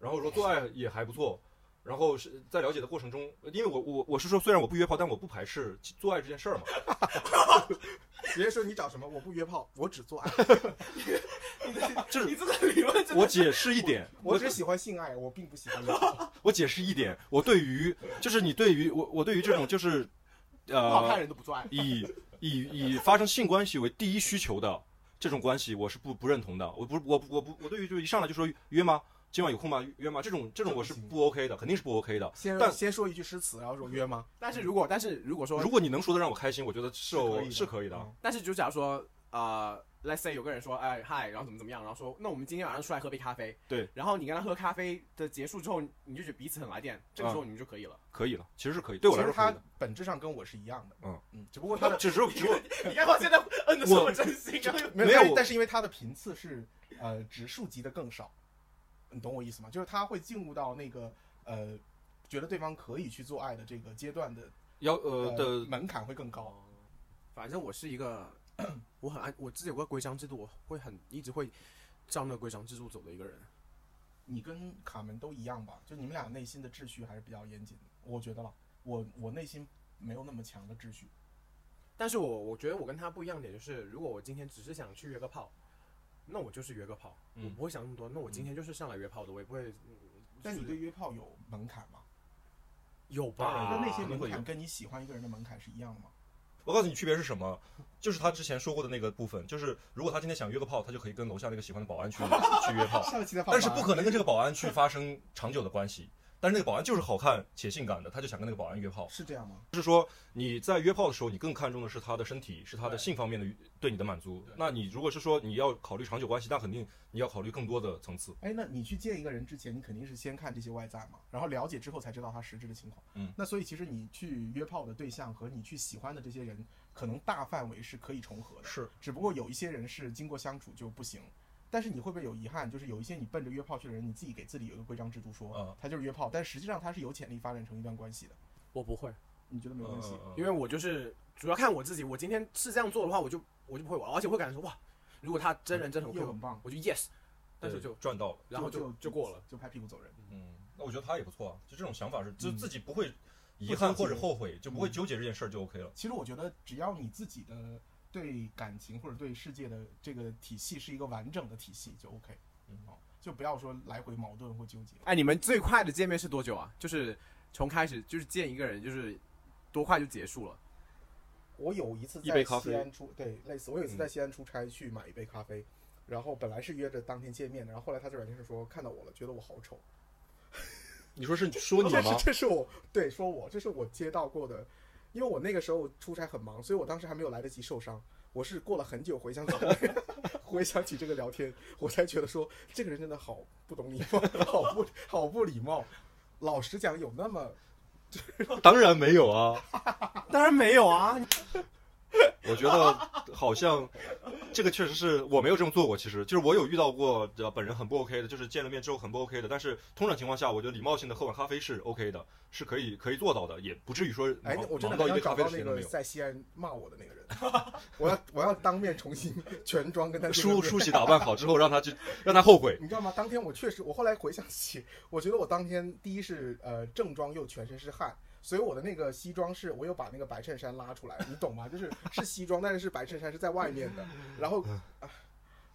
然后说做爱也还不错，然后是在了解的过程中，因为我我我是说，虽然我不约炮，但我不排斥做爱这件事儿嘛。
别人说你找什么，我不约炮，我只做爱，
就是
你这个理论真
我
的
解释一点，
我
我
只喜欢性爱，我并不 喜欢约炮。
我解释一点，我对于就是你对于我我对于这种就是
不好看
呃
人都不做爱。
以以以发生性关系为第一需求的这种关系，我是不不认同的。我不我不我不我对于就一上来就说约吗？今晚有空吗？约吗？这种这种我是不 OK 的，肯定是不 OK 的。但
先先说一句诗词，然后说约吗？
但是如果但是如果说
如果你能说的让我开心，我觉得是
可以
我
的
是可以的。
嗯
但是就假如说，呃，let's say 有个人说，哎嗨，然后怎么怎么样，然后说，那我们今天晚上出来喝杯咖啡。
对。
然后你跟他喝咖啡的结束之后，你就觉得彼此很来电，这
啊
个时候你们就可以了。
可以了，其实是可以，对我来
其
说
实
可以
他
的。
本质上跟我是一样的，
嗯
嗯，只不过他的
只是只 有
你看我现在摁的是我真心，然后又
没有
但是但是因为他的频次是呃指数级的更少，你懂我意思吗？就是他会进入到那个呃觉得对方可以去做爱的这个阶段的
要呃
呃
的
门槛会更高。
嗯反正我是一个，我很按我自己有个规章制度，我会很一直会照那个规章制度走的一个人。
你跟卡门都一样吧？就你们俩内心的秩序还是比较严谨的，我觉得了。我我内心没有那么强的秩序，
但是我我觉得我跟他不一样点就是，如果我今天只是想去约个炮，那我就是约个炮，
嗯
我不会想那么多。那我今天就是上来约炮的，我也不会。
但
就是
你对约炮有门槛吗？
有
啊
吧？
那那些
可能
门
会
槛
有
跟你喜欢一个人的门槛是一样的吗？
我告诉你区别是什么，就是他之前说过的那个部分，就是如果他今天想约个炮，他就可以跟楼下那个喜欢的保 安去去约炮，
上期的
但是不可能跟这个保安去发生长久的关系。但是那个保安就是好看且性感的，他就想跟那个保安约炮。
是这样吗？
就是说你在约炮的时候，你更看重的是他的身体，是他的
对
性方面的对你的满足。那你如果是说你要考虑长久关系，那肯定你要考虑更多的层次。
哎，那你去见一个人之前，你肯定是先看这些外在嘛，然后了解之后才知道他实质的情况。
嗯，
那所以其实你去约炮的对象和你去喜欢的这些人，可能大范围是可以重合的，
是，
只不过有一些人是经过相处就不行。但是你会不会有遗憾？就是有一些你奔着约炮去的人，你自己给自己有一个规章制度说，
嗯
他就是约炮，但实际上他是有潜力发展成一段关系的。
我不会，
你觉得没关系？
嗯
因为我就是主要看我自己。我今天是这样做的话，我就我就不会玩，而且我会感觉说哇，如果他真人真的很会
又
玩
很，棒，
我就 yes，但是
对
就
赚到了。
嗯然后
就
就就过了。，
就拍屁股走人。
嗯，那我觉得他也不错啊，就这种想法是，就
嗯
自己不会遗
不
憾
纠
或者
结
后悔，就不会
嗯
纠结这件事儿就 OK 了。
其实我觉得，只要你自己的对感情或者对世界的这个体系是一个完整的体系，就 OK。
嗯
哦，就不要说来回矛盾或纠结。
哎，你们最快的见面是多久啊？就是从开始就是见一个人，就是多快就结束了？
我有一次
一杯
在
咖啡
西安出对类似，我有一次
嗯
在西安出差去买一杯咖啡，然后本来是约着当天见面的，然后后来他在软件上说看到我了，觉得我好丑。
你说是说 你
哦这
吗
是？这是我对说我这是我接到过的，因为我那个时候出差很忙，所以我当时还没有来得及受伤。我是过了很久回想起 回想起这个聊天，我才觉得说这个人真的好不懂礼貌， 好不好不礼貌。老实讲，有那么
当然没有啊，
当然没有啊，
我觉得好像这个确实是我没有这么做过。其实就是我有遇到过，呃，本人很不 OK 的，就是见了面之后很不 OK 的。但是通常情况下，我觉得礼貌性的喝碗咖啡是 OK 的，是可以可以做到的，也不至于说
哎
忙，
我真的
忙
很
到一
想
杯
找
咖啡
到
的时
那
间都
个
没有。
在西安骂我的那个人， 我要我要当面重新 全装跟他见
梳
面
梳洗打扮好之后，让他去让他后悔。
你知道吗？当天我确实，我后来回想起，我觉得我当天第一是呃正装又全身是汗，所以我的那个西装是我有把那个白衬衫拉出来，你懂吗？就是是西装，但是是白衬衫是在外面的。
嗯
然后，啊、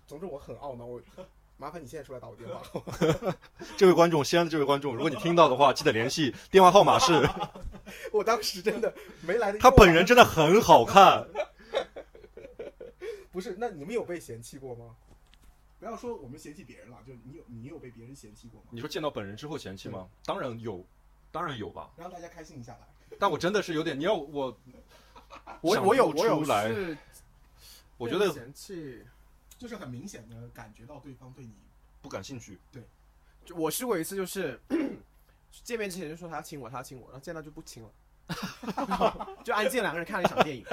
总之我很懊恼，我麻烦你现在出来打我电话。
这位观众，西安的这位观众，如果你听到的话，记得联系，电话号码 是。
我当时真的没来得及。
她本人真的很好看，
不是，那你们有被嫌弃过吗？不要说我们嫌弃别人了，就你有你有被别人嫌弃过吗？
你说见到本人之后嫌弃吗？当然有，当然有吧。
让大家开心一下来。
但我真的是有点，你要我，
我
想
我有
不
我有
出来
是，
我觉得
嫌弃，
就是很明显的感觉到对方对你，
不感兴趣。
就我试过一次，就是 见面之前就说他要亲我，他要亲我，然后见到就不亲了， 就安静两个人看了一场电影。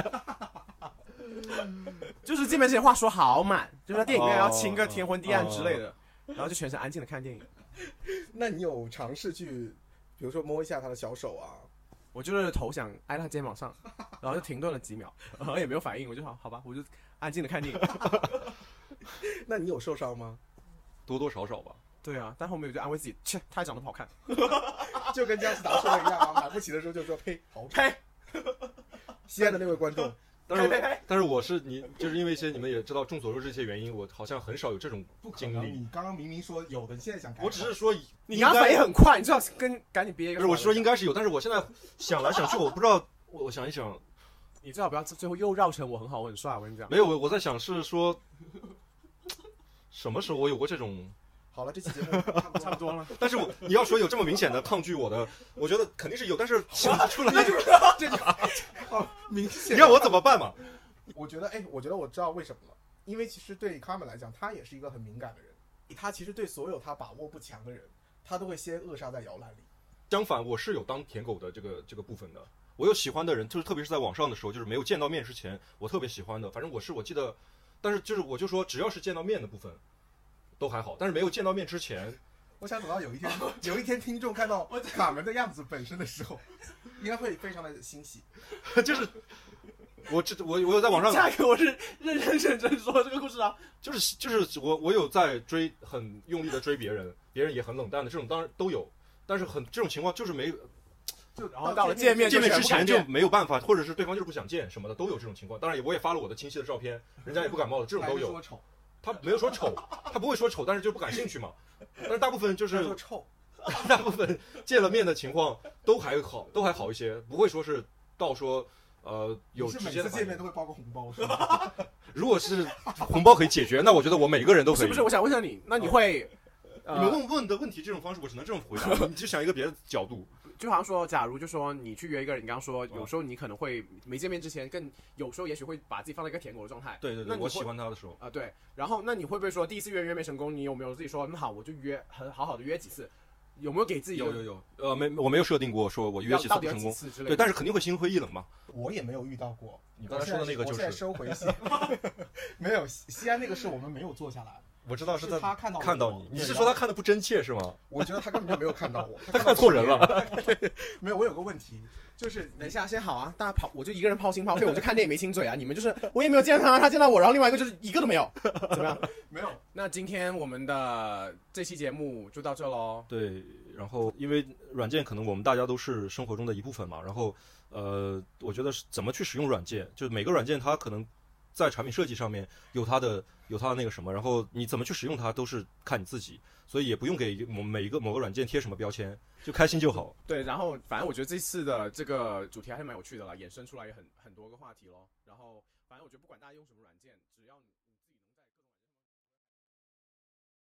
就是见面之前话说好满，就是在电影院
哦
要亲个天昏地暗之类的，然后就全程安静的看电影。
那你有尝试去，比如说摸一下他的小手啊，
我就是头想挨到他肩膀 上，然后就停顿了几秒，然后也没有反应，我就好好吧，我就 安静的看电影。
那你有受伤吗？
多多少少吧，
对啊，但后面我就安慰自己，切，他还长得不好看，
就跟姜思达说的一样啊，买不起的时候就说呸，好丑。西安的那位观 众，
但 是但是我是你，就是因为一些你们也知道，众所周知一些原因，我好像很少有这种
不可
经
能！
历。
你刚刚明明说有的，你现在想改口，
我只是说，
哎你刚才反应很快，你知道跟赶紧憋一
不是
个什么。
我是说应该是有，但是我现在想来想去，我不知道，我我想一想，
你最好不要最后又绕成我很好我很帅，我跟你讲。
没有，我我在想是说，什么时候我有过这种？
好了，这期节目
差
差不多了
不多了，
但是我你要说有这么明显的抗拒我的，我觉得肯定是有，但是想不出来，
哦明
你
显。
让我怎么办嘛？
我觉得，哎，我觉得我知道为什么了，因为其实对他们来讲，他也是一个很敏感的人，他其实对所有他把握不强的人，他都会先扼杀在摇篮里。
相反，我是有当舔狗的这个这个部分的。我有喜欢的人，就是特别是在网上的时候，就是没有见到面之前，我特别喜欢的。反正我是我记得，但是就是我就说，只要是见到面的部分，都还好。但是没有见到面之前，
我想等到有一天，有一天听众看到卡门的样子本身的时候，应该会非常的欣喜。
就是我这我我有在网 上
下一个我是认认认真说这个故事啊，
就是就是我我有在追，很用力的追别人，别人也很冷淡的这种，当然都有。但是很这种情况就是没
就
然后到了见面
见面之前
全部
就
改
没有办法，或者是对方就是不想见什么的都有这种情况。当然也我也发了我的清晰的照片，人家也不感冒的这种
还
都
是
有。
说丑，
他没有说丑，他不会说丑，但是就不感兴趣嘛。但是大部分就
还是说
是
臭，
大部分见了面的情况都还好，都还好一些，不会说是到说呃有
你是
直
每
接的
次
反
见
应。
面都会包个红包 是吗？
如果是红包可以解决，那我觉得我每个人都
不
可以。
是不是，我想问一下你，那你会，呃
哦你们问问的问题这种方式，我只能这种回 答。你就想一个别的角度，
就好像说，假如就说你去约一个人，你刚刚说有时候你可能
哦
会没见面之前更，有时候也许会把自己放在一个舔狗的状态。
对对
那
对，
你
我
会
喜欢他的时候，
啊、对，然后那你会不会说第一次约约没成功，你有没有自己说那好我就约很好好的约几次，有没有给自己一
有
个
有有，呃，没我没有设定过说我约
要
几次
到
不
底要
成
几
功，
次之类
对，
的？
但是肯定会心灰意冷嘛。
我也没有遇到过。
你刚才说的那个就
我现在
是，
收回一些， 没有西西安那个是我们没有坐下来，
我知道
是
在
他看到
看到你，你是说他？看的不真切是吗？
我觉得他根本就没有看到我，
他看错人了。
没有，我有个问题，
就是 等一下先好啊，大家跑，我就一个人抛 心抛肺，我就看电影没亲嘴啊，你们就是我也没有见他，他见到我，然后另外一个就是一个都没有，怎么样？
没有，
那今天我们的这期节目就到这喽。
对，然后因为软件可能我们大家都是生活中的一部分嘛，然后呃，我觉得是怎么去使用软件，就是每个软件它可能在产品设计上面有它的有它的那个什么，然后你怎么去使用它都是看你自己，所以也不用给某每一个某个软件贴什么标签，就开心就好。
对，然后反正我觉得这次的这个主题还是蛮有趣的啦，衍生出来也很很多个话题咯。然后反正我觉得不管大家用什么软件，只要你。